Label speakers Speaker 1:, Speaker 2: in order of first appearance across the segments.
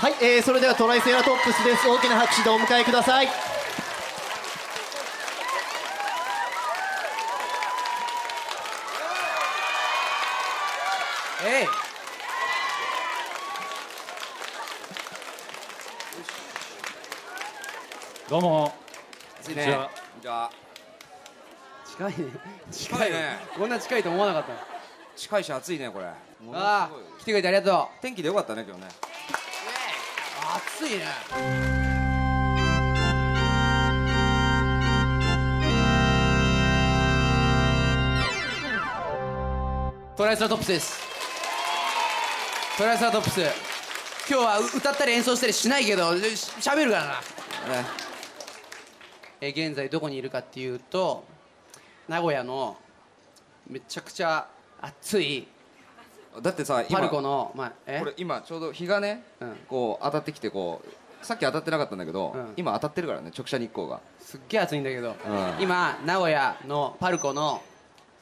Speaker 1: はい、えー、それではトライセラトップスです大きな拍手でお迎えください
Speaker 2: えい
Speaker 3: どうも
Speaker 2: 暑い
Speaker 3: じ
Speaker 2: ね
Speaker 3: ゃあ
Speaker 4: じゃあ
Speaker 2: 近いね
Speaker 4: 近いね
Speaker 2: こんな近いと思わなかった
Speaker 4: 近いし暑いねこれものす
Speaker 2: ああ
Speaker 4: ごい
Speaker 2: 来てくれてありがと
Speaker 4: 天気でよかったね今日ね
Speaker 2: う暑いねトライセラトップスですトライセラトップス今日はう歌ったり演奏したりしないけどししゃべるからな
Speaker 4: ね
Speaker 2: えー現在どこにいるかっていうと名古屋のめちゃくちゃ暑い
Speaker 4: だってさ
Speaker 2: パ
Speaker 4: 今
Speaker 2: ルコ
Speaker 4: こ
Speaker 2: の、まあ、え
Speaker 4: れ今ちょうど日がね
Speaker 2: うん
Speaker 4: こう当たってきてこうさっき当たってなかったんだけど
Speaker 2: うん
Speaker 4: 今当たってるからね直射日光が
Speaker 2: すっげえ暑いんだけど、
Speaker 4: うん
Speaker 2: 今名古屋のパルコの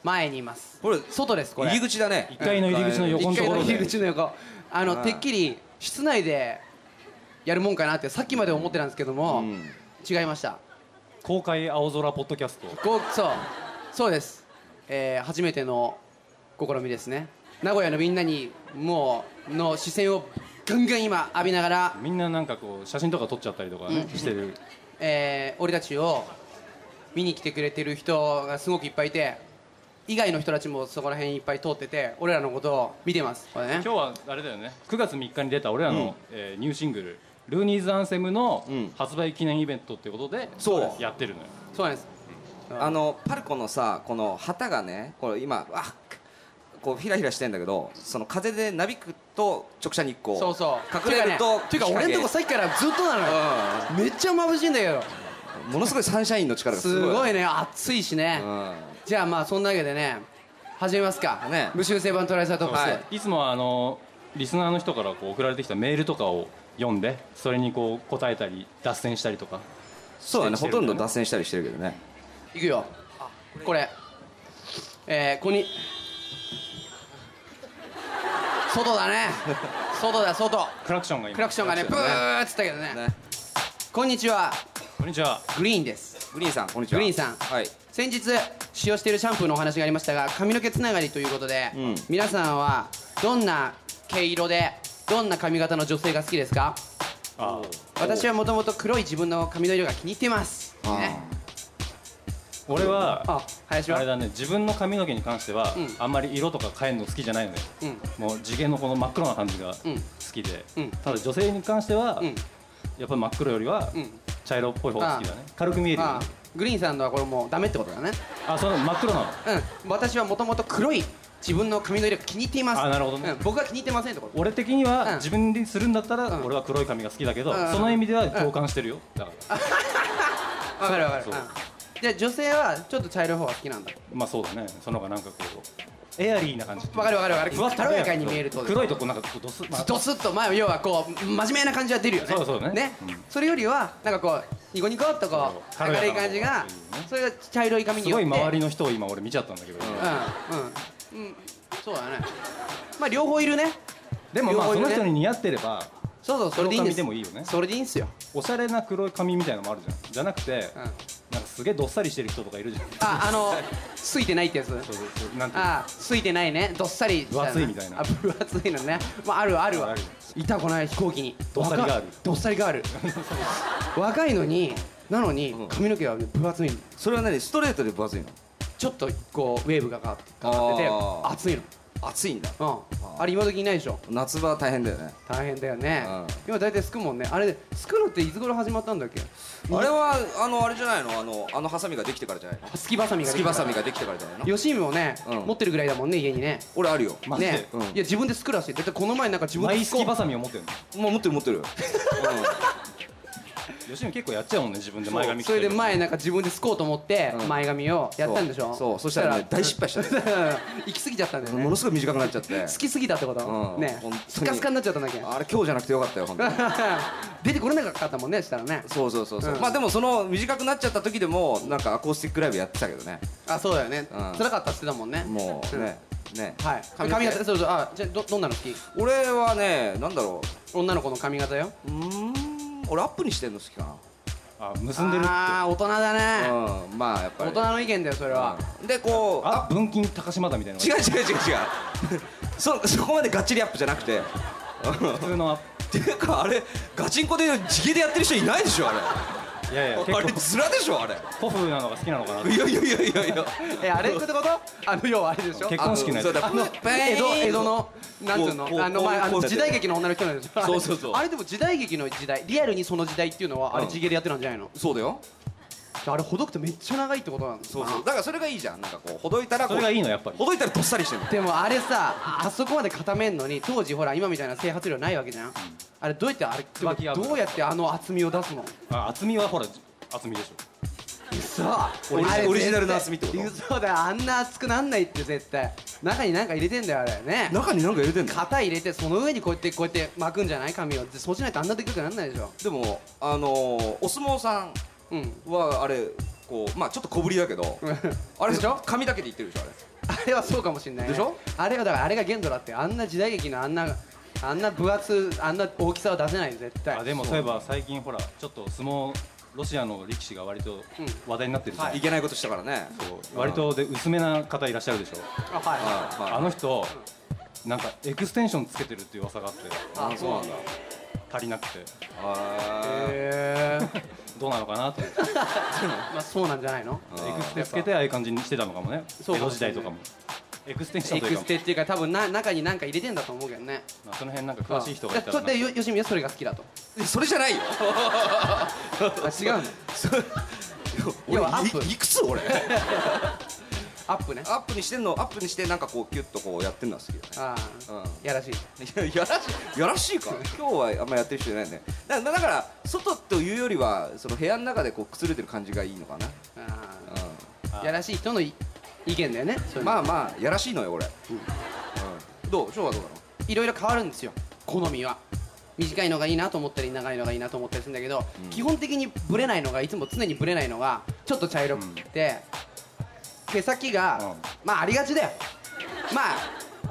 Speaker 2: 前にいます
Speaker 4: これ
Speaker 2: 外ですこれ
Speaker 4: 入り口だね
Speaker 3: 一階の入り口の横
Speaker 2: 一
Speaker 3: のと
Speaker 2: 階
Speaker 3: こ
Speaker 2: の
Speaker 3: ろ
Speaker 2: 入り
Speaker 3: で
Speaker 2: 口の横あの
Speaker 4: うん
Speaker 2: てっきり室内でやるもんかなってさっきまで思ってたんですけども、
Speaker 4: うん
Speaker 2: 違いました
Speaker 3: 公開青空ポッドキャスト
Speaker 2: こうそうそうです、えー初めての試みですね名古屋のみんなにもうの視線をガンガン今浴びながら、
Speaker 3: みんななんかこう写真とか撮っちゃったりとかねしてる
Speaker 2: えー俺たちを見に来てくれてる人がすごくいっぱいいて以外の人たちもそこら辺いっぱい通ってて俺らのことを見てますこれね
Speaker 3: 今日はあれだよね9月3日に出た俺らの、えーニューシングル「ルーニーズ・アンセム」の
Speaker 4: うん
Speaker 3: 発売記念イベントってことで、
Speaker 4: そう
Speaker 3: やってるのよ
Speaker 2: そうなんです
Speaker 4: あのパルコのさこの旗がねこれ今あこうひらひらしてんだけどその風でなびくと直射日光
Speaker 2: そうそう
Speaker 4: 隠れると
Speaker 2: ていうか,、ね、ていうか俺んとこ
Speaker 4: 日
Speaker 2: さっきからずっとなのよめっちゃ眩しいんだけど
Speaker 4: 陰ものすごいサンシャインの力がす
Speaker 2: す
Speaker 4: ごい
Speaker 2: ごい
Speaker 4: ね
Speaker 2: ね暑いしね、
Speaker 4: う
Speaker 2: じゃあまあそんなわけでね始めますか、
Speaker 4: ね
Speaker 2: 無修正版トライサートップス、
Speaker 4: はい
Speaker 3: いつもはあのリスナーの人からこう送られてきたメールとかを読んでそれにこう答えたり脱線したりとか
Speaker 4: そうだねほとんど脱線したりしてるけどね
Speaker 2: いくよこれえー、ここに外だね外だ外
Speaker 3: クラクションが今
Speaker 2: クラクションがね
Speaker 4: ク
Speaker 2: ブ
Speaker 4: ラクションね
Speaker 2: ーっつったけどね
Speaker 4: ね
Speaker 2: こんにちは
Speaker 3: こんにちは
Speaker 2: グリーンです
Speaker 4: グリーンさんこんにちは
Speaker 2: グリーンさん
Speaker 4: はい
Speaker 2: 先日使用しているシャンプーのお話がありましたが髪の毛つながりということで、
Speaker 4: うん
Speaker 2: 皆さんはどんな毛色でどんな髪型の女性が好きですか
Speaker 3: あ
Speaker 2: 私はもともと黒い自分の髪の色が気に入ってます
Speaker 4: あー
Speaker 2: ね
Speaker 3: 俺は
Speaker 2: あ林
Speaker 3: あれ
Speaker 2: は
Speaker 3: だね自分の髪の毛に関しては、
Speaker 2: うん
Speaker 3: あんまり色とか変えるの好きじゃないので、
Speaker 2: うん
Speaker 3: もう地毛のこの真っ黒な感じが
Speaker 2: うん
Speaker 3: 好きで、
Speaker 2: うん
Speaker 3: ただ女性に関しては、
Speaker 2: うん
Speaker 3: やっぱり真っ黒よりは
Speaker 2: うん
Speaker 3: 茶色っぽい方が好きだね軽く見えるよ
Speaker 2: あ
Speaker 3: ね
Speaker 2: グリーンさんのはこれもうダメってことだね
Speaker 3: あその真っ黒なの
Speaker 2: うん私はもともと黒い自分の髪の色が気に入っています
Speaker 3: あなるほどね
Speaker 2: うん僕は気に入ってませんってこと
Speaker 3: 俺的に
Speaker 2: うん
Speaker 3: は自分にするんだったら、
Speaker 2: うん
Speaker 3: 俺は黒い髪が好きだけど、
Speaker 2: うん
Speaker 3: その意味では共感してるよだから、
Speaker 2: わかるわかる
Speaker 3: そう
Speaker 2: うんじゃあ女性はちょっと茶色い方が好きなんだ
Speaker 3: まあそうだねその方がなんかこうエアリーな感じ
Speaker 2: わかるわかるわかる
Speaker 3: ふわっと
Speaker 2: 軽やかに見えるってこと
Speaker 3: 黒いとこうなんかこうドス、まあ
Speaker 2: ドスッとまあ要はこう真面目な感じは出るよね
Speaker 3: そうそうねうん
Speaker 2: それよりはなんかこうニコニコっとこう
Speaker 3: そう
Speaker 2: 明るい感じがそれが茶色い髪に
Speaker 3: す
Speaker 2: よっ
Speaker 3: ご
Speaker 2: て
Speaker 3: い周りの人を今俺見ちゃったんだけど、
Speaker 2: うんうんうんそうだねまあ両方いるね
Speaker 3: でもま
Speaker 2: 両方
Speaker 3: あ
Speaker 2: い
Speaker 3: そ
Speaker 2: る
Speaker 3: の
Speaker 2: ね
Speaker 3: 人に似合ってれば
Speaker 2: そうそうそれでいいんです
Speaker 3: 黒髪でもいいよね
Speaker 2: それでいいんすよ
Speaker 3: おしゃれな黒い髪みたいのもあるじゃんじゃなくて、
Speaker 2: うん
Speaker 3: なんかすげえどっさりしてる人とかいるじゃん
Speaker 2: ああ のすいてないってやつ
Speaker 3: そうそうそうなんていうの
Speaker 2: ああすいてないねどっさりした
Speaker 3: 分厚いみたいな
Speaker 2: あ分厚いのね、まあ、あるわあるわ
Speaker 3: ある
Speaker 2: いたこの間飛行機に
Speaker 3: どっさりガール
Speaker 2: 若いどっさりガール若いのになのに
Speaker 4: うん
Speaker 2: 髪の毛はね分厚いの
Speaker 4: それは何ストレートで分厚いの
Speaker 2: ちょっとこうウェーブがかかってかかってて
Speaker 4: あー
Speaker 2: 厚い
Speaker 4: 暑いんだ
Speaker 2: のうんあれ今時いないでしょ
Speaker 4: 夏場は大変だよね
Speaker 2: 大変だよね
Speaker 4: うん
Speaker 2: 今大体すくもんねあれすくのっていつ頃始まったんだっけ
Speaker 4: あれはあのあれじゃないのあのあのハサミができてからじゃないの
Speaker 2: あすきばさみが
Speaker 4: す
Speaker 2: で
Speaker 4: き
Speaker 2: き
Speaker 4: ばさみができてからじゃないの
Speaker 2: よしみもね、
Speaker 4: うん
Speaker 2: 持ってるぐらいだもんね家にね
Speaker 4: 俺あるよ
Speaker 3: マジで
Speaker 2: ね、
Speaker 4: うん
Speaker 2: いや自分で作らせてだってこの前なんか自分
Speaker 3: マ
Speaker 2: で
Speaker 3: イ
Speaker 2: す
Speaker 3: ス
Speaker 2: こう
Speaker 3: キーバサミを持ってるの
Speaker 4: もう持ってる持ってるよ、
Speaker 3: 吉野結構やっちゃうもんね自分で前髪切
Speaker 2: そ
Speaker 3: った
Speaker 2: れ
Speaker 3: り
Speaker 2: で
Speaker 3: とか
Speaker 2: 前なんか自分でスこうと思って
Speaker 4: うん
Speaker 2: 前髪をやったんでしょ
Speaker 4: そうそうそしたらね大失敗したんだよ
Speaker 2: 行き過ぎちゃったんだよ
Speaker 4: うん
Speaker 2: ね
Speaker 4: も
Speaker 2: 好
Speaker 4: のすごい短くなっちゃって
Speaker 2: きすぎたってこと、
Speaker 4: うん
Speaker 2: ね
Speaker 4: 本当に
Speaker 2: スカスカになっちゃったんだっけ
Speaker 4: あれ今日じゃなくてよかったよ本当に
Speaker 2: 出てこれなかったもんねしたらね
Speaker 4: そうそうそうそう、
Speaker 2: うん
Speaker 4: まあでもその短くなっちゃった時でもなんかアコースティックライブやってたけどね
Speaker 2: あそうだよね
Speaker 4: うん
Speaker 2: 辛かったって言ってたもんね
Speaker 4: もうね、ね
Speaker 2: はい髪髪
Speaker 4: 髪の毛
Speaker 2: 型そうそうあじゃあどどんなの好き
Speaker 4: 俺はねなんだろ
Speaker 2: 女の子の髪型よ
Speaker 4: ううーん俺アップにしてんの好きかな
Speaker 3: あ結んでるって
Speaker 2: ああ大人だね
Speaker 4: うんまあやっぱ
Speaker 2: 大
Speaker 4: り
Speaker 2: 人の意見だよそれは
Speaker 4: うんでこう
Speaker 3: あ文金高島だみたいな
Speaker 4: 違う違う違う違う そそこまでがっちりアップじゃなくて うん
Speaker 3: 普通のア
Speaker 4: ていうかあれガチンコで地毛でやってる人いないでしょあれ
Speaker 3: いやいや結
Speaker 4: あれ
Speaker 3: 構
Speaker 4: 面でしょあれ
Speaker 3: 古風なのが好きなの かなって
Speaker 4: いやいやいやいやいや
Speaker 2: えあれってことあの要はあれでしょ
Speaker 3: 結婚式のやつ
Speaker 4: そうだ
Speaker 2: あの江戸江戸のなんつうの
Speaker 4: こうこう
Speaker 2: あの前あ
Speaker 4: こうこ
Speaker 2: の
Speaker 4: う
Speaker 2: 時代劇の女の人なんでしょ
Speaker 4: そうそうそう
Speaker 2: あれでも時代劇の時代リアルにその時代っていうのはあれ
Speaker 4: うん
Speaker 2: 地毛でやってたんじゃないの
Speaker 4: そうだよ
Speaker 2: あれほどくてめっちゃ長いってことなんです
Speaker 4: そうそうだからそれがいいじゃんなんかこうほどいたらこ
Speaker 3: そうれがいいのやっぱり
Speaker 4: ほどいたらどっさりしてるの
Speaker 2: でもあれさあそこまで固めんのに当時ほら今みたいな整髪量ないわけじゃんあれどうやってあれ
Speaker 3: 椿油
Speaker 2: どうやってあの厚みを出すの
Speaker 3: あ厚みはほら厚みでし
Speaker 2: そう
Speaker 4: オリジオリジナルの厚みってこと
Speaker 2: そうだよあんな厚くなんないって絶対中になんか入れてんだよあれね
Speaker 4: 中に何か入れてんの
Speaker 2: 型入れてその上にこうやってこうやって巻くんじゃない髪をでそうしないとあんなでかくなんないでしょ
Speaker 4: でもあのーお相撲さ
Speaker 2: うん
Speaker 4: んはあれこうまあちょっと小ぶりだけ どあれ
Speaker 2: でしょ
Speaker 4: 髪だけでいってるでしょあれ
Speaker 2: あれはそうかもしんないね
Speaker 4: でしょ
Speaker 2: あれはだからあれが限度だってあんな時代劇のあんなあんな分厚あんな大きさは出せないよ絶対
Speaker 3: ょあでもそういえば最近ほらちょっと相撲ロシアの力士が割と話題になってるじゃん、
Speaker 4: いけないことしたからね
Speaker 3: そう割とで薄めな方いらっしゃるでしょ
Speaker 2: あはいはい
Speaker 4: はいはい
Speaker 3: あの人なんかエクステンションつけてるっていう噂があって
Speaker 4: あそうなんだ
Speaker 3: 足りなくて
Speaker 4: あ
Speaker 2: へえ
Speaker 3: どうなのかなと思って
Speaker 2: まあそうなんじゃないの
Speaker 4: ー
Speaker 3: エクステつけてああいう感じにしてたのかもね
Speaker 2: そう
Speaker 3: 江
Speaker 2: かも
Speaker 3: 戸
Speaker 2: し
Speaker 3: 時
Speaker 2: れない
Speaker 3: 代とかもエクステンション
Speaker 2: エ
Speaker 3: とい
Speaker 2: ク
Speaker 3: うか
Speaker 2: ス
Speaker 3: も
Speaker 2: テっていうか多分な中になんか入れてんだと思うけどね
Speaker 3: まあその辺なんか詳しい人がいたら
Speaker 2: で
Speaker 3: なんか
Speaker 2: よよしみはそれが好きだ と
Speaker 4: ーそれじゃないよ
Speaker 2: あ違 うの
Speaker 4: それ
Speaker 2: 要
Speaker 4: 俺
Speaker 2: はアップ
Speaker 4: いいくつ 俺
Speaker 2: アップね
Speaker 4: アップにしてんのアップにしてなんかこうキュッとこうやってんのは好きだね
Speaker 2: ああ、
Speaker 4: う
Speaker 2: やらしい
Speaker 4: いややらしいやらしいか今日はあんまやってる人いないねだだから外というよりはその部屋の中でこうくつれてる感じがいいのかな、
Speaker 2: あ
Speaker 4: う
Speaker 2: あやらしい人のい意見だよね
Speaker 4: ん、
Speaker 2: ま
Speaker 4: ま
Speaker 2: あ
Speaker 4: あまあやらしいのよ俺、うんどう翔はどうなの
Speaker 2: いろいろ変わるんですよ好みは短いのがいいなと思ったり長いのがいいなと思ったりするんだけど、基本的にブレないのがいつも常にブレないのがちょっと茶色くて、毛先が、まあありがちだよま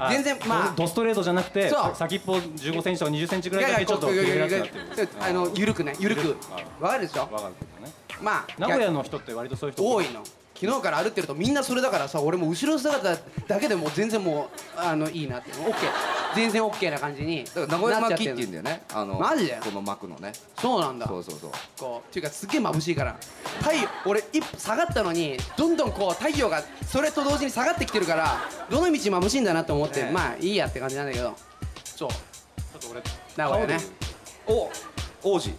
Speaker 2: あ
Speaker 3: あ
Speaker 2: 全然まあ
Speaker 3: ドドストレートじゃなくて
Speaker 2: そう
Speaker 3: 先っぽ15センチとか20センチぐ
Speaker 2: い
Speaker 3: ら
Speaker 2: や
Speaker 3: い
Speaker 2: い
Speaker 3: だ
Speaker 2: や
Speaker 3: けちょっと
Speaker 2: こう
Speaker 3: 切
Speaker 2: いや
Speaker 3: れ
Speaker 2: い
Speaker 3: な
Speaker 2: や
Speaker 3: く
Speaker 2: いや
Speaker 3: なってる
Speaker 2: あの緩くね緩く
Speaker 3: 緩
Speaker 2: わかるでしょ
Speaker 3: わかるけどね
Speaker 2: まあ
Speaker 3: 名古屋の人って割とそういう人
Speaker 2: 多いの昨日から歩ってるとみんなそれだからさ俺も後ろ姿だけでもう全然もうあのいいなってオッケー全然オッケーな感じに
Speaker 4: だから名古屋
Speaker 2: なっ
Speaker 4: 巻
Speaker 2: ち
Speaker 4: き
Speaker 2: ゃ
Speaker 4: って
Speaker 2: る
Speaker 4: 言うんだよねあの
Speaker 2: マジで
Speaker 4: この巻くのね
Speaker 2: そうなんだ
Speaker 4: そうそうそう
Speaker 2: こうっていうかすっげえ眩しいから太陽俺一歩下がったのにどんどんこう太陽がそれと同時に下がってきてるからどの道眩しいんだなと思って、
Speaker 4: ねえ
Speaker 2: まあいいやって感じなんだけどそう
Speaker 3: ちょっと俺
Speaker 2: 名古屋ね
Speaker 4: お王子
Speaker 2: い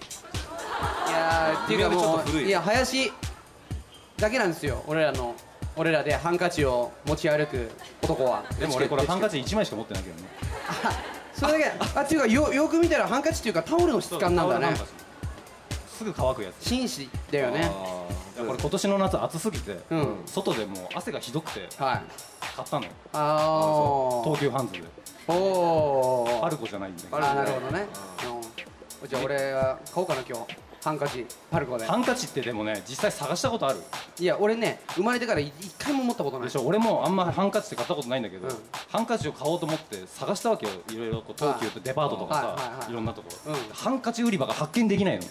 Speaker 2: やーっていうか
Speaker 4: ちょ
Speaker 2: も
Speaker 4: っと古
Speaker 2: う
Speaker 4: い
Speaker 2: いや林だけなんですよ俺らの俺らでハンカチを持ち歩く男は
Speaker 3: でも俺これハンカ
Speaker 2: チ
Speaker 3: チ1枚しか持ってないけどね
Speaker 2: それだけあっていうかよよく見たらハンカチっていうかタオルの質感なんだ
Speaker 3: タオ
Speaker 2: ね
Speaker 3: ルハンカチすぐ乾くやつ
Speaker 2: 紳士だよね
Speaker 4: あ
Speaker 3: いやこれ今年の夏暑すぎて
Speaker 2: うん
Speaker 3: 外でもう汗がひどくて
Speaker 2: はい
Speaker 3: 買ったの
Speaker 2: あー
Speaker 3: 東急ハンズで
Speaker 2: おお
Speaker 3: パルコじゃないんで
Speaker 2: あなるほどねうんじゃあ俺が買おうかな今日ハンカチパルコで
Speaker 3: ハンカチってでもね実際探したことある
Speaker 2: いや俺ね生まれてからい一回も持ったことない
Speaker 3: でしょ俺もあんまハンカチって買ったことないんだけど、
Speaker 2: うん
Speaker 3: ハンカチを買おうと思って探したわけよいろいろこう東急とデパートとか
Speaker 2: はい
Speaker 3: さ、
Speaker 2: はい
Speaker 3: い
Speaker 2: はい
Speaker 3: ろんなところ、
Speaker 2: うん
Speaker 3: ハンカチ売り場が発見できないの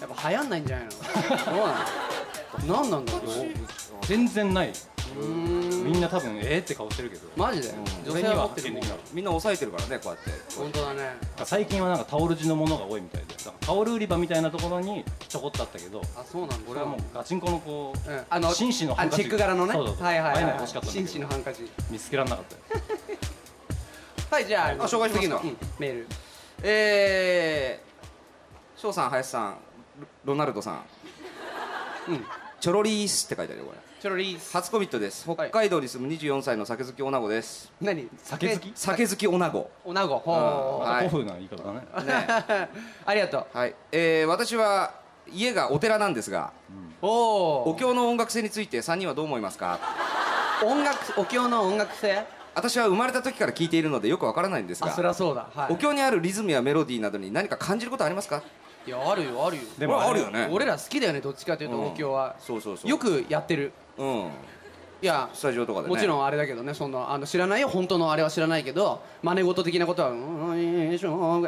Speaker 2: やっぱ流行んないんじゃないのど うなの何なんだろう
Speaker 3: 全然ない
Speaker 2: うん
Speaker 3: みんな多分えーって顔してるけど、
Speaker 2: マジで
Speaker 3: うん
Speaker 2: 女性は持ってるもん
Speaker 3: 俺には
Speaker 4: みんな抑えてるからねこうやって
Speaker 2: 本当だね
Speaker 3: 最近はなんかタオル地のものが多いみたいでだからタオル売り場みたいなところにちょこっとあったけど
Speaker 2: あそうなんだ
Speaker 3: 俺はもうガチンコのこう、
Speaker 2: うんあの
Speaker 3: 紳士のハンカチ
Speaker 2: あチェック柄のね
Speaker 3: そうそうそう
Speaker 2: はいはい
Speaker 3: ああいうの
Speaker 2: は
Speaker 3: が欲しかっ
Speaker 2: い
Speaker 3: たんだけ
Speaker 2: 紳
Speaker 3: ど
Speaker 2: 士のハンカチ
Speaker 3: 見つけられなかったよ
Speaker 2: はいじゃあ
Speaker 4: あ紹介しますか
Speaker 2: 次のうんメール
Speaker 4: えー翔さん林さんロナルドさん
Speaker 2: うん
Speaker 4: チョロリースって書いてあるよこれ
Speaker 2: チョロリー
Speaker 4: 初コミットです
Speaker 2: はい
Speaker 4: 北海道に住む24歳の酒好き女子です、
Speaker 2: 何
Speaker 3: 酒好き
Speaker 4: 酒好き女子
Speaker 2: おなご
Speaker 4: うん
Speaker 2: ほ
Speaker 3: ま
Speaker 4: は
Speaker 3: た
Speaker 4: い
Speaker 3: 古風な言い方だね、
Speaker 2: う
Speaker 4: ね
Speaker 2: ありがとう
Speaker 4: はい、えー私は家がお寺なんですが
Speaker 2: お
Speaker 4: お
Speaker 2: お
Speaker 4: 経の音楽性について3人はどう思いますか
Speaker 2: 音楽お経の音楽性
Speaker 4: 私は生まれた時から聞いているのでよくわからないんです
Speaker 2: あ
Speaker 4: が
Speaker 2: そりゃそうだは
Speaker 4: お経にあるリズムやメロディーなどに何か感じることありますか
Speaker 2: いいやあるよあるよ
Speaker 3: でも
Speaker 4: これ
Speaker 3: あれ
Speaker 4: あるよね
Speaker 2: 俺ら好きだよねどっちかというと
Speaker 4: うん
Speaker 2: お経は
Speaker 4: そうそうそう
Speaker 2: よくやってる
Speaker 4: うん
Speaker 2: いいや
Speaker 4: スタジオとかでね
Speaker 2: もちろんあれだけどねそのあの知らないよ本当のあれは知らないけど真似事的なことは「うんよいしょ」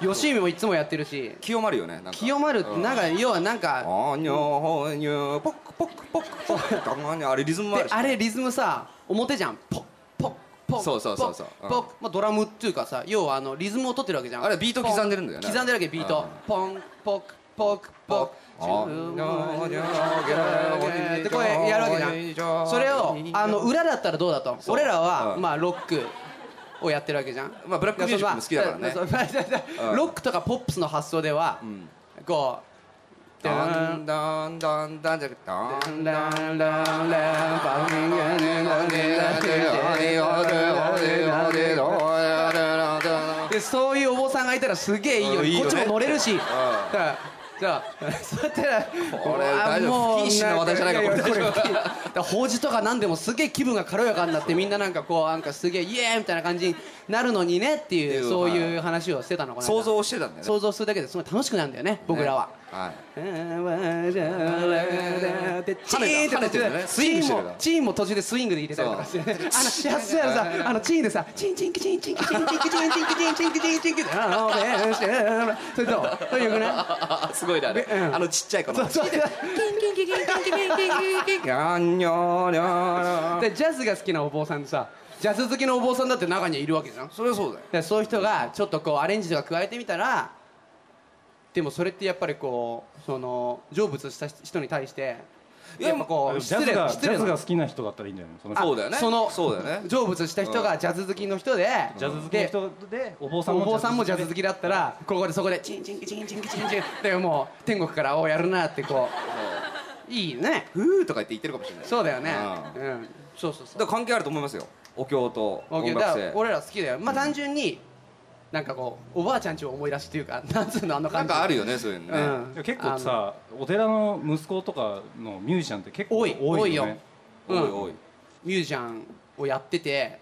Speaker 2: 吉見もいつもやってるし
Speaker 4: 清まるよねなんか
Speaker 2: 清丸ってなんか要はなん
Speaker 4: あ
Speaker 2: か
Speaker 4: ーにょーにょーポックポックポックポックあーにょーあれリズムもあ
Speaker 2: で
Speaker 4: るし
Speaker 2: あれリズムさ表じゃんポッポッポッ
Speaker 4: そうそうそうそう
Speaker 2: ポッポッ
Speaker 4: うん
Speaker 2: まあ、ドラムっていうかさ要はあのリズムを取ってるわけじゃん
Speaker 4: あれビート刻んでるんだよね
Speaker 2: ポン刻んでるわけビー
Speaker 4: う
Speaker 2: ト
Speaker 4: ん
Speaker 2: ポンポクポクポク
Speaker 4: あー
Speaker 2: でこれやるわけじゃんそれをあの裏だったらどうだと
Speaker 4: そう
Speaker 2: 俺らは、
Speaker 4: うん
Speaker 2: まあロックをやってるわけじゃん
Speaker 4: まあブラックミュージックも好きだからね
Speaker 2: そうまあそうまあそう
Speaker 4: うん
Speaker 2: ロックとかポップスの発想では、
Speaker 4: ん
Speaker 2: こう
Speaker 4: ダンダンダンダンじゃなくてダン
Speaker 2: でそういうお坊さんがいたらすげえいいよ、
Speaker 4: うんいいよね
Speaker 2: こっちも乗れるし、だからじゃあそうやったら
Speaker 4: これ大丈夫
Speaker 2: もう
Speaker 4: 不謹慎な話題じゃないか
Speaker 2: やや
Speaker 4: こ
Speaker 2: やこ
Speaker 4: れ
Speaker 2: れだから法事とかなんでもすげえ気分が軽やかになってみんななんかこうなんかすげえイエーイみたいな感じになるのにねって
Speaker 4: って
Speaker 2: い
Speaker 4: いうう
Speaker 2: そういう話をしてたのかな
Speaker 4: 想像してたんだよね
Speaker 2: 想像するだけですごい楽しくなるんだよね僕らは。
Speaker 4: はい
Speaker 2: チーンって
Speaker 4: 跳ねてるねスイングしてるから
Speaker 2: チーンも途中でスイングで入れたりとかしてねあのいやそうやろさあのチーンでさチンチンキチンチンキチンチンキチンチンキチンチンキチンチンキってあのねそれどうそれよくない
Speaker 4: あすごいねあれ
Speaker 2: うん
Speaker 4: あのちっちゃい子
Speaker 2: そ
Speaker 4: の
Speaker 2: うそう
Speaker 4: にゃんにょーにょーにょー
Speaker 2: でジャズが好きなお坊さんでさジャズ好きのお坊さんだって中にはいるわけじゃん
Speaker 4: それはそうだよ
Speaker 2: でそういう人がちょっとこうアレンジとか加えてみたらでもそれってやっぱりこうその成仏した人に対して
Speaker 4: いや
Speaker 2: やっぱこう
Speaker 3: ジ
Speaker 2: 失
Speaker 3: ャズ
Speaker 2: 礼な
Speaker 3: がジ
Speaker 2: 失
Speaker 3: ャ
Speaker 2: 礼
Speaker 3: ズ
Speaker 2: な
Speaker 3: が好きな人だったらいいんじゃないのその
Speaker 2: あ
Speaker 4: そうだよね
Speaker 2: その
Speaker 4: そうだよね
Speaker 2: 成仏した人がジャズ好きの人で、
Speaker 3: ジャズ好きの人でお坊さん
Speaker 2: お
Speaker 3: も
Speaker 2: 坊さんもジャズ
Speaker 3: 好
Speaker 2: 好きだったらここでそこでチンチンキチンチンキチンチンでもう天国からおやるなってこういいね
Speaker 4: ふーとか言って言ってるかもしれない
Speaker 2: そうだよね
Speaker 4: う
Speaker 2: うんそうそうそう
Speaker 4: だから関係あると思いますよお経と音
Speaker 2: OK だ
Speaker 4: 楽
Speaker 2: から
Speaker 4: 性
Speaker 2: 俺ら好きだよまあ単純になんかこうおばあちゃんちを思い出しっていうかなんつうのあの
Speaker 4: な
Speaker 2: 感
Speaker 4: ん
Speaker 2: じ
Speaker 4: かあるよねそういうの
Speaker 2: う
Speaker 4: ね
Speaker 2: ん
Speaker 3: 結構さお寺の息子とかのミュージシャンって結構
Speaker 2: 多
Speaker 3: 多
Speaker 2: い
Speaker 3: いよ
Speaker 2: 多いよ
Speaker 3: ね
Speaker 4: お
Speaker 2: うん
Speaker 4: いおい
Speaker 2: ミュージシャンをやってて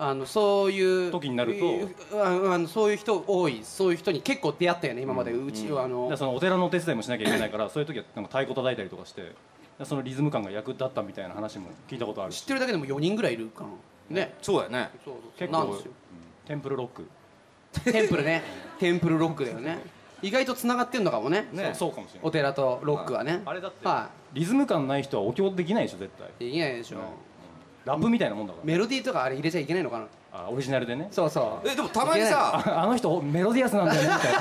Speaker 2: あのそういう
Speaker 3: 時になると
Speaker 2: とあのそういう人多いそういう人に結構出会ったよね今までうちはあ
Speaker 3: だか
Speaker 2: の
Speaker 3: らそのお寺のお手伝いもしなきゃいけないからそういう時はなんか太鼓叩いたりとかしてだからそのリズム感が役立ったみたいな話も聞いたことある
Speaker 2: 知っ
Speaker 3: して
Speaker 2: るだけでも4人ぐらいいるかなね
Speaker 4: そうだよね
Speaker 2: そうそうそう
Speaker 3: 結
Speaker 2: な
Speaker 3: 構
Speaker 2: んですよ
Speaker 3: テンプルロック
Speaker 2: テンプルねテンプルロックだよね意外とつながってんのかもね
Speaker 4: ね
Speaker 3: そうそうかもしれな
Speaker 2: お
Speaker 3: い
Speaker 2: 寺とロックはね
Speaker 3: あれだって
Speaker 2: は
Speaker 3: リズム感ない人はお経できないでしょ絶対
Speaker 2: いできないでしょ
Speaker 3: ラップみたいなもんだから
Speaker 2: メロディーとかあれ入れちゃいけないのかな
Speaker 3: あオリジナルでね
Speaker 2: そうそう
Speaker 4: えでもたまにさ
Speaker 3: ああの人メロディアスなんだよねみ たいな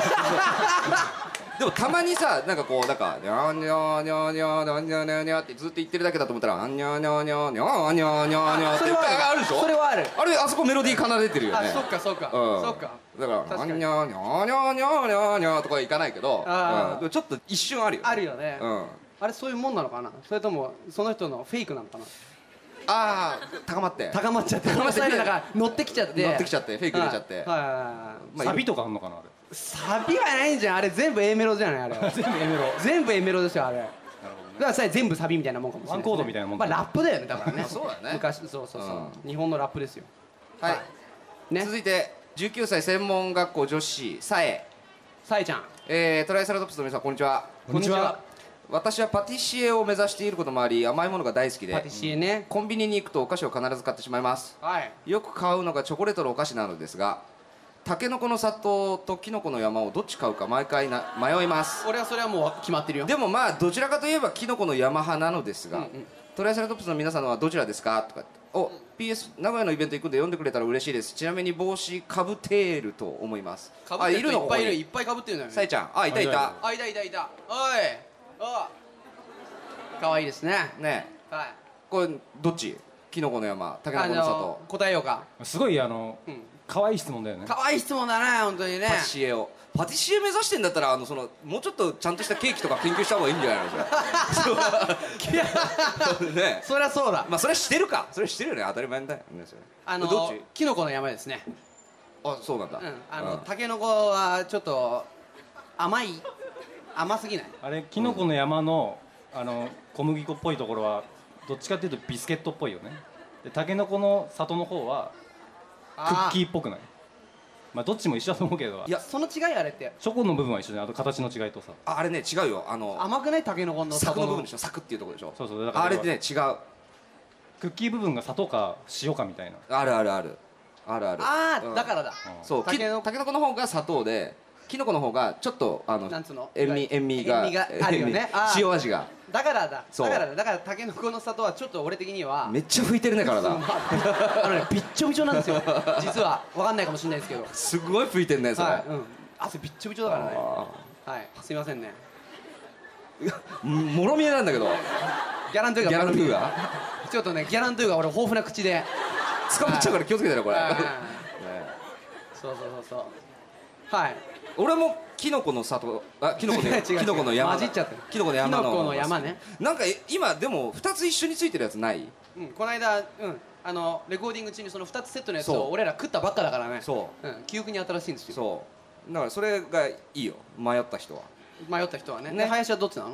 Speaker 4: でもたまにさなんかこうなんか「にゃんにゃんにゃんにゃんにゃんにゃんにゃんにゃん」ってずっと言ってるだけだと思ったら「あんにゃんにゃんにゃんにゃんにゃんにゃんにゃん」っ
Speaker 2: そ
Speaker 4: て
Speaker 2: れは
Speaker 4: あるでしょ
Speaker 2: それはある
Speaker 4: あれあそこメロディー奏でてるよ
Speaker 2: あ
Speaker 4: ね
Speaker 2: そっかそっか
Speaker 4: うん
Speaker 2: そっか
Speaker 4: だから「
Speaker 2: 確
Speaker 4: あ
Speaker 2: かに
Speaker 4: んにゃんにゃんにゃんにゃんにゃんにゃん」とかいかないけど
Speaker 2: あー
Speaker 4: うんでもちょっと一瞬あるよね
Speaker 2: あるよね
Speaker 4: うんあ
Speaker 2: あれそういうもんなのかなそれともその人のフェイクなのかな
Speaker 4: あー高まって
Speaker 2: 高まっちゃって
Speaker 4: 高 まっちゃって
Speaker 2: なんか乗ってきちゃって
Speaker 4: 乗ってきちゃってフェイク入れちゃっ
Speaker 2: は
Speaker 4: て
Speaker 2: いはいはいはい
Speaker 4: まあ
Speaker 3: サビとかあんのかなあれ
Speaker 2: サビはないじゃんあれ全部 A メロじゃないあれ全部 A メロ全部 A メロですよあれだからさ全部サビみたいなもんかもしれないですね
Speaker 3: ワンコードみたいなもん
Speaker 2: ま
Speaker 3: だ
Speaker 2: あラップだよねだからね
Speaker 4: そうだね
Speaker 2: 昔そうそうそう日本のラップですよ
Speaker 4: はい
Speaker 2: ね
Speaker 4: 続いて19歳専門学校女子さえ
Speaker 2: さえちゃん
Speaker 4: えートライサラトプスの皆さんこんにちは
Speaker 3: こんにちは
Speaker 4: 私はパティシエを目指していることもあり甘いものが大好き
Speaker 2: パ
Speaker 4: で
Speaker 2: ティシエね
Speaker 4: コンビニに行くとお菓子を必ず買ってしまいます
Speaker 2: はい
Speaker 4: よく買うのがチョコレートのお菓子なのですがタケノコの里とキノコの山をどっち買うか毎回な迷います
Speaker 2: 俺はそれはもう決まってるよ
Speaker 4: でもまあどちらかといえばキノコの山派なのですが、トライサラトプスの皆さんはどちらですかとかってお PS 名古屋のイベント行くんで読んでくれたら嬉しいですちなみに帽子かぶっていると思います
Speaker 2: かぶってる人いっぱいいるい
Speaker 4: る
Speaker 2: っぱいかぶってるんだよ
Speaker 4: さえ
Speaker 2: ね
Speaker 4: ちゃんあいたい
Speaker 3: あいたい
Speaker 4: た
Speaker 2: あいたいたいたおいおいかわいいですね
Speaker 4: ねえ
Speaker 2: はい
Speaker 4: これどっちキノコの山タケノ
Speaker 2: あ
Speaker 4: コの
Speaker 2: の
Speaker 4: 里
Speaker 2: 答えようか
Speaker 3: すごいあの
Speaker 2: ん
Speaker 3: 可愛い質問だよね
Speaker 2: かわいい質問だね本当にね
Speaker 4: パティシエをパティシエ目指してんだったらあのそのもうちょっとちゃんとしたケーキとか研究した方がいいんじゃないのそれそう ね
Speaker 2: そりゃそうだ
Speaker 4: まあそれはしてるかそれはしてるよね当たり前だよねそれ
Speaker 2: あの
Speaker 4: どっち
Speaker 2: キノコの山ですね
Speaker 4: あそうなんだ、
Speaker 2: うんあのタケノコはちょっと甘い甘すぎない
Speaker 3: あれキノコの山のあの小麦粉っぽいところはどっちかっていうとビスケットっぽいよねでタケノコの里の方は
Speaker 2: ク
Speaker 3: クッキーっぽくないまあどっちも一緒だと思うけど
Speaker 4: いや
Speaker 2: その違いあれって
Speaker 3: チョコの部分は一緒であと形の違いとさ
Speaker 4: ああれね違うよあの
Speaker 2: 甘くないタケノコの
Speaker 4: 柵
Speaker 2: 里
Speaker 4: の
Speaker 2: の
Speaker 4: 部分でしょ柵っていうところでしょ
Speaker 3: そうそうだから
Speaker 4: あれってね違う
Speaker 3: クッキー部分が砂糖か塩かみたいな
Speaker 4: あるあるあるあるある
Speaker 2: あ
Speaker 4: う
Speaker 2: あ
Speaker 4: ん
Speaker 2: だからだ
Speaker 4: そうき
Speaker 2: タケ
Speaker 4: タ
Speaker 2: ノコ
Speaker 4: ケノコの方が砂糖でキノコの方がちょっとあの
Speaker 2: なんつうの
Speaker 4: 塩味塩味が
Speaker 2: 塩味があるよね
Speaker 4: 塩味
Speaker 2: あー
Speaker 4: 塩味が
Speaker 2: だからだ
Speaker 4: そう
Speaker 2: だからだだからタケノコの里はちょっと俺的には
Speaker 4: めっちゃ吹いてるね体
Speaker 2: あのねびっちょびちょなんです よ実はわかんないかもしれないですけど
Speaker 4: すごい吹いてるねそれ、
Speaker 2: はいうん汗びっちょびちょだからね
Speaker 4: あ
Speaker 2: はいすいませんね
Speaker 4: ーんもろ見えなん だけど
Speaker 2: ギャランドゥ
Speaker 4: ギ
Speaker 2: が
Speaker 4: ャラルーが
Speaker 2: ちょっとねギャランドゥが俺豊富な口で
Speaker 4: 捕まっちゃうから気をつけてねこれ、
Speaker 2: はい
Speaker 4: ね
Speaker 2: そうそうそうそうはい
Speaker 4: 俺もキノコの里あキノ コ
Speaker 2: 違う
Speaker 4: の
Speaker 2: 違う
Speaker 4: キノコの山
Speaker 2: 混じっちゃってる
Speaker 4: キノコの山の
Speaker 2: キノコの山ね
Speaker 4: なんかえ今でも二つ一緒についてるやつない
Speaker 2: うんこの間うんあのレコーディング中にその2つセットのやつ
Speaker 4: そう
Speaker 2: を俺ら食ったばっかだからね、
Speaker 4: そう
Speaker 2: ん、記憶に新しいんですよ
Speaker 4: そうだからそれがいいよ迷った人は
Speaker 2: 迷った人はね
Speaker 4: ね
Speaker 2: ね林はどっちな の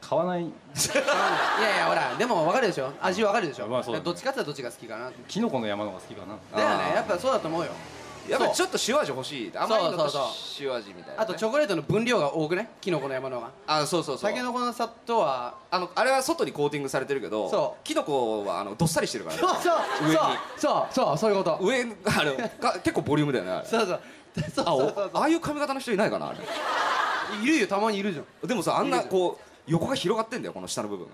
Speaker 3: 買わない
Speaker 2: いやいやほらでも分かるでしょ味分かるでしょ、
Speaker 3: まあそうだね
Speaker 2: どっちかって言ったらどっちが好きかなって
Speaker 3: キノコの山の方が好きかな
Speaker 2: だよ
Speaker 4: あー
Speaker 2: ねやっぱそうだと思うよ
Speaker 4: やっぱちょっと塩味欲しい甘いの
Speaker 2: そう
Speaker 4: と
Speaker 2: そう
Speaker 4: 塩味みたいなね、
Speaker 2: あとチョコレートの分量が多くねキノコの山の方が
Speaker 4: あそうそうそう
Speaker 2: 酒のこの砂糖は
Speaker 4: あのあれは外にコーティングされてるけど
Speaker 2: そう
Speaker 4: キノコはあのどっさりしてるからね
Speaker 2: そうそう
Speaker 4: 上に
Speaker 2: そうそうそうそういうこと
Speaker 4: 上あれか結構ボリュームだよねあれ
Speaker 2: そうそうそう
Speaker 4: あ
Speaker 2: そうそう
Speaker 4: おああいう髪型の人いないかなあれ
Speaker 2: いるよたまにいるじゃ
Speaker 4: でもさあん
Speaker 2: い
Speaker 4: な
Speaker 2: る
Speaker 4: こう横が広がってんだよこの下の部分が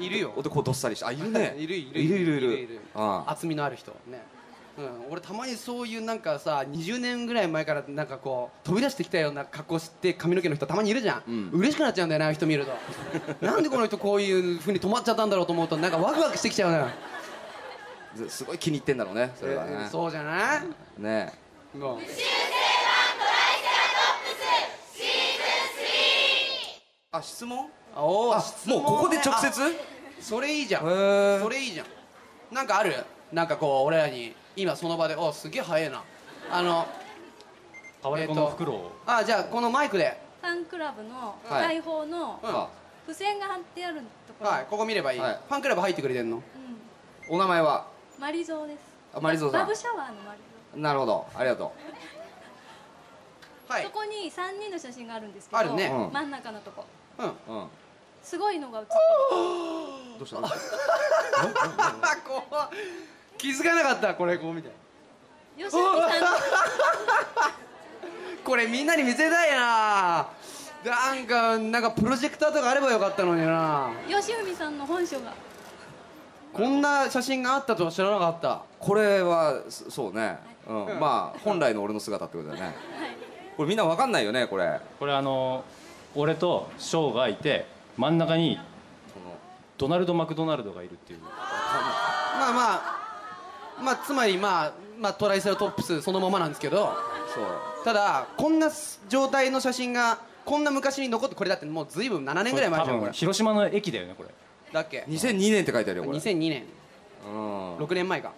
Speaker 2: んいるよ
Speaker 4: でこうどっさりしてあいるね
Speaker 2: いるいる
Speaker 4: いるいるい
Speaker 2: い
Speaker 4: る
Speaker 2: る
Speaker 4: あ
Speaker 2: 厚みのある人ねうん、俺たまにそういうなんかさ20年ぐらい前からなんかこう飛び出してきたような格好して髪の毛の人たまにいるじゃん、
Speaker 4: うん
Speaker 2: 嬉しくなっちゃうんだよなああいう人見る となんでこの人こういうふうに止まっちゃったんだろうと思うとなんかワクワクしてきちゃうのよ
Speaker 4: あずすごい気に入ってんだろうねそれはね
Speaker 2: えーそうじゃない
Speaker 4: ね
Speaker 2: もう
Speaker 4: あ質問
Speaker 2: あおー
Speaker 4: あ
Speaker 2: 質
Speaker 4: もう
Speaker 2: 問ね
Speaker 4: ここで直接へ
Speaker 2: あそれいいじゃん
Speaker 4: え
Speaker 2: それいいじゃんなんかあるなんかこう俺らに今その場でおすげえ早いなあの
Speaker 3: タワレコの袋を
Speaker 2: あじゃあこのマイクで
Speaker 5: ファンクラブの
Speaker 4: はい
Speaker 5: 大砲の
Speaker 2: うん
Speaker 4: あ
Speaker 5: 付箋が貼ってあるところ、
Speaker 2: はいここ見ればいい、
Speaker 4: はい
Speaker 2: ファンクラブ入ってくれてんの
Speaker 5: うん、
Speaker 4: お名前は
Speaker 5: マリゾーです
Speaker 4: あマリゾーさ
Speaker 5: ラ
Speaker 4: ん
Speaker 5: ブシャワーのマリゾ
Speaker 4: なるほどありがと
Speaker 2: は
Speaker 5: ー、
Speaker 2: い
Speaker 5: そこに3人の写真があるんですけど
Speaker 2: あるね
Speaker 4: うん
Speaker 5: 真ん中のとこ
Speaker 2: うん
Speaker 4: ううん
Speaker 5: すごいのが写って
Speaker 4: どうしたどうし
Speaker 2: あこう気づかなかったこれこう見て
Speaker 5: る吉住さんの
Speaker 2: これみんなに見せたいななんかなんかプロジェクターとかあればよかったのにな
Speaker 5: 吉文さんの本書が
Speaker 2: こんな写真があったとは知らなかった
Speaker 4: これはそそうね、うん
Speaker 2: うん
Speaker 4: まあ本来の俺の姿ってことだよねこれみんなわかんないよねこれ
Speaker 3: これあの俺とショーがいて真ん中に
Speaker 4: こ
Speaker 3: ドナルド・マクドナルドがいるっていう
Speaker 2: まあまあまあつまりまあまあトライセラトップスそのままなんですけど
Speaker 4: のそう
Speaker 2: ただこんなす状態の写真がこんな昔に残ってこれだってもうずいぶん7年ぐらい前
Speaker 3: 多
Speaker 2: じゃんこ
Speaker 3: 分
Speaker 2: れ
Speaker 3: 広島の駅だよねこれ
Speaker 2: だっけ
Speaker 4: 2002年って書いてあるよこれ、
Speaker 2: 2002年
Speaker 4: うん、
Speaker 2: 6年前か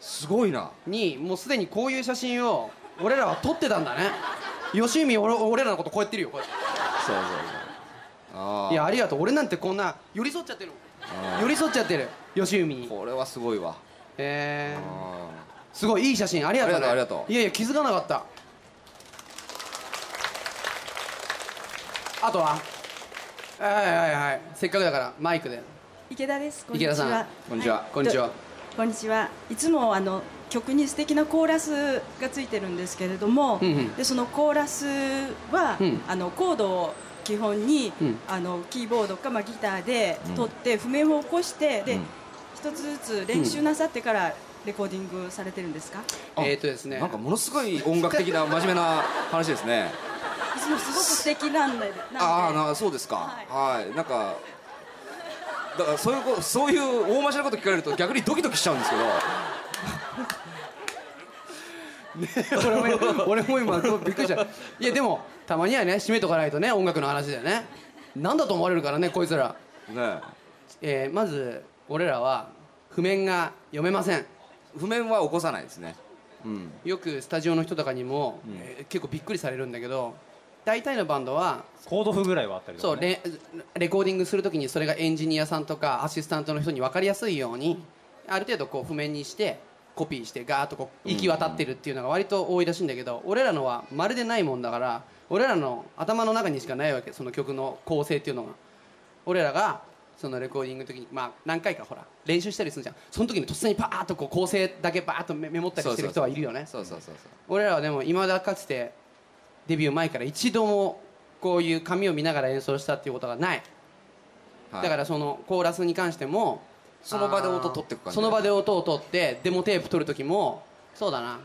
Speaker 4: すごいな
Speaker 2: にもうすでにこういう写真を俺らは撮ってたんだね吉見俺俺らのことこうやってるよこうやって
Speaker 4: そうそうそうああ
Speaker 2: いやありがとう俺なんてこんな寄り添っちゃってるもん寄り添っちゃってる吉海に
Speaker 4: これはすごいわ
Speaker 2: え
Speaker 4: う
Speaker 2: ー、
Speaker 4: ん
Speaker 2: すごいいい写真ありがとう、ね、
Speaker 4: ありがとうありがとう
Speaker 2: いやいや気づかなかったあとははいはいはいせっかくだからマイクで
Speaker 6: 池田です。こんにち
Speaker 2: 池田さん
Speaker 6: は。
Speaker 4: こんにちは
Speaker 6: い
Speaker 2: こんにちは。
Speaker 6: こんにちは。いつもあの曲に素敵なコーラスがついてるんですけれども、
Speaker 2: うんうん
Speaker 6: でそのコーラスは、
Speaker 2: うん
Speaker 6: あのコードを基本に、
Speaker 2: うん
Speaker 6: あのキーボードかまあギターで取って、譜面を起こしてで、
Speaker 4: うん
Speaker 6: 一つずつ練習なさってからレコーディングされてるんですか？
Speaker 4: あ
Speaker 2: えーとですね
Speaker 4: なんかものすごい音楽的な真面目な話ですね
Speaker 6: いつもすごく素敵なんで。なんで
Speaker 4: ああなそうですかはいなんかだからそういうこそういう大ましなこと聞かれると逆にドキドキしちゃうんですけど
Speaker 2: 俺も 俺も今びっくりしたいやでもたまにはね締めとかないとね音楽の話だよねなんだと思われるからねこいつら、
Speaker 4: ね
Speaker 2: えーまず俺らは譜面が読めません
Speaker 4: え譜面は起こさないですねうん
Speaker 2: よくスタジオの人とかにも、えー結構びっくりされるんだけど大体のバンドは
Speaker 3: コード譜ぐらいはあったりと
Speaker 2: そ
Speaker 3: か、
Speaker 2: う
Speaker 3: ね、
Speaker 2: レレコーディングするときにそれがエンジニアさんとかアシスタントの人に分かりやすいようにある程度こう譜面にしてコピーしてガーッとこう行き渡ってるっていうのが割と多いらしいんだけど俺らのはまるでないもんだから俺らの頭の中にしかないわけその曲の構成っていうのが俺らがそのレコーディングの時に、まあ、何回かほら練習したりするじゃんその時に突然にパーッとこう構成だけバーッとメメモったりしてる人はいるよね
Speaker 4: そうそうそうそう
Speaker 2: 俺らはでもいまだかつてデビュー前から一度もこういう紙を見ながら演奏したっていうことがない、
Speaker 4: はい
Speaker 2: だからそのコーラスに関しても
Speaker 4: その場で音取ってく感じ
Speaker 2: その場で音を取ってデモテープ取る時もそうだな、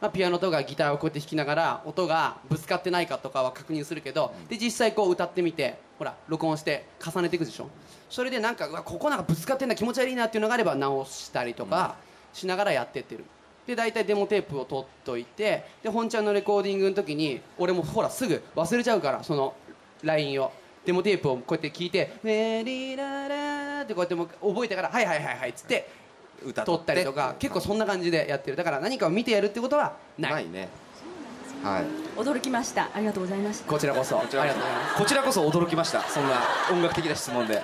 Speaker 2: まあ、ピアノとかギターをこうやって弾きながら音がぶつかってないかとかは確認するけど、で実際こう歌ってみてほら録音して重ねていくでしょそれでなんかうわここなんかぶつかってんな気持ち悪いなっていうのがあれば直したりとかしながらやってってる、で大体デモテープを取っといてで本ちゃんのレコーディングの時に俺もほらすぐ忘れちゃうからそのラインをデモテープをこうやって聞いて「メリララ」ってこうやってもう覚えてから「はいはいはいはい」っつって
Speaker 4: 歌
Speaker 2: 撮ったりとか結構そんな感じでやってるだから何かを見てやるってことはない
Speaker 4: ないねはい
Speaker 6: 驚きましたありがとうございました
Speaker 2: こちらこそ
Speaker 4: こちら
Speaker 2: あ
Speaker 4: こ
Speaker 2: りがとうございま
Speaker 4: そこちらこそ驚きましたそんな音楽的な質 問で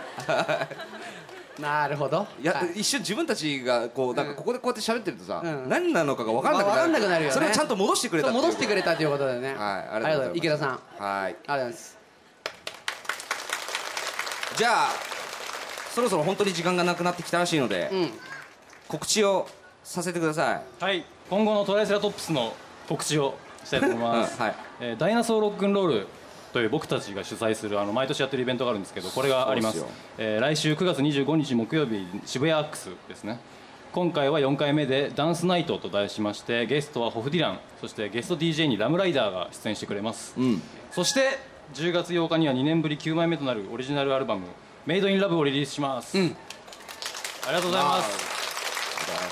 Speaker 4: す
Speaker 2: なるほど
Speaker 4: いや、
Speaker 2: はい
Speaker 4: 一瞬自分たちがこうなんかここでこうやって喋ってるとさ、
Speaker 2: うん
Speaker 4: 何なのかが分かんなくなる、
Speaker 2: まあ分かんなくなるよね
Speaker 4: それをちゃんと戻してくれた
Speaker 2: そう
Speaker 4: っていう
Speaker 2: 戻してくれたということでね
Speaker 4: はいありがとうございます
Speaker 2: 池田さんあり
Speaker 4: は
Speaker 2: が
Speaker 4: い
Speaker 2: とうございます
Speaker 4: じゃあそろそろ本当に時間がなくなってきたらしいので、
Speaker 2: うん
Speaker 4: 告知をさせてください
Speaker 3: はい今後のトライセラトップスの告知をしたいと思います、
Speaker 4: うんはい
Speaker 3: えーダイナソーロックンロールという僕たちが主催するあの毎年やってるイベントがあるんですけどこれがあります
Speaker 4: そうですよ
Speaker 3: えー来週9月25日木曜日渋谷アックスですね今回は4回目で「ダンスナイト」と題しましてゲストはホフ・ディランそしてゲスト DJ にラムライダーが出演してくれます、
Speaker 4: ん
Speaker 3: そして10月8日には2年ぶり9枚目となるオリジナルアルバム「メイドインラブをリリースします、ありがとうございます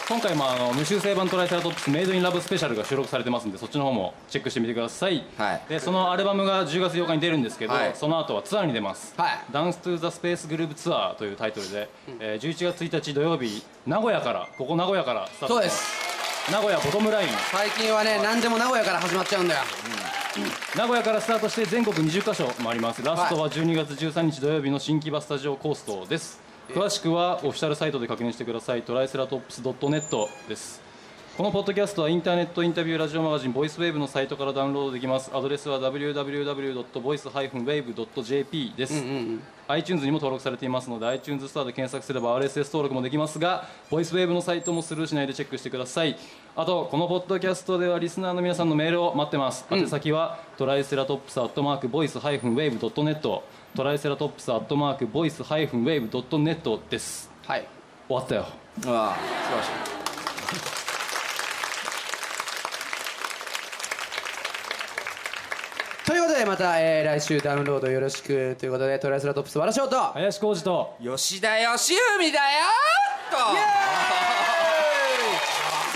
Speaker 3: 今回もあの無修正版トライセラトップスメイドインラブスペシャルが収録されてますんでそっちの方もチェックしてみてください、
Speaker 4: はい
Speaker 3: でそのアルバムが10月8日に出るんですけど、
Speaker 4: はい
Speaker 3: その後はツアーに出ます、
Speaker 2: はい
Speaker 3: ダンストゥザスペースグループツアーというタイトルで、えー11月1日土曜日名古屋からここ名古屋からスタート
Speaker 2: そうです
Speaker 3: 名古屋ボトムライン
Speaker 2: 最近はね何でも名古屋から始まっちゃうんだよ
Speaker 3: 名古屋からスタートして全国20カ所回りますラストは12月13日土曜日の新木場スタジオコーストです詳しくはオフィシャルサイトで確認してくださいトライセラトップス .net ですこのポッドキャストはインターネットインタビューラジオマガジンボイスウェーブのサイトからダウンロードできますアドレスは www.voice-wave.jp です、iTunes にも登録されていますので iTunes スターで検索すれば RSS 登録もできますがボイスウェーブのサイトもスルーしないでチェックしてくださいあとこのポッドキャストではリスナーの皆さんのメールを待ってます、宛先はトライセラトップスアットマークボイスハイフンウェーブドットネットトライセラトップスアットマークボイスハイフンウェーブドットネットです
Speaker 2: はい
Speaker 3: 終わったよ
Speaker 4: ああ素晴らしい
Speaker 2: ということでまた、えー来週ダウンロードよろしくということでトライセラトップス和田翔と
Speaker 3: 林浩二と
Speaker 4: 吉田義文だよーっと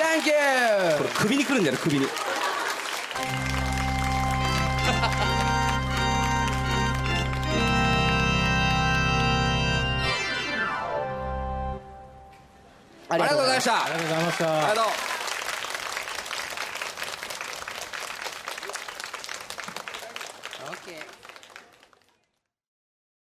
Speaker 2: サンキュー
Speaker 4: これ首にくるんだよね首に
Speaker 2: あ
Speaker 4: ありがとうございました
Speaker 3: ありがとうございました
Speaker 4: ありがとう
Speaker 2: す OK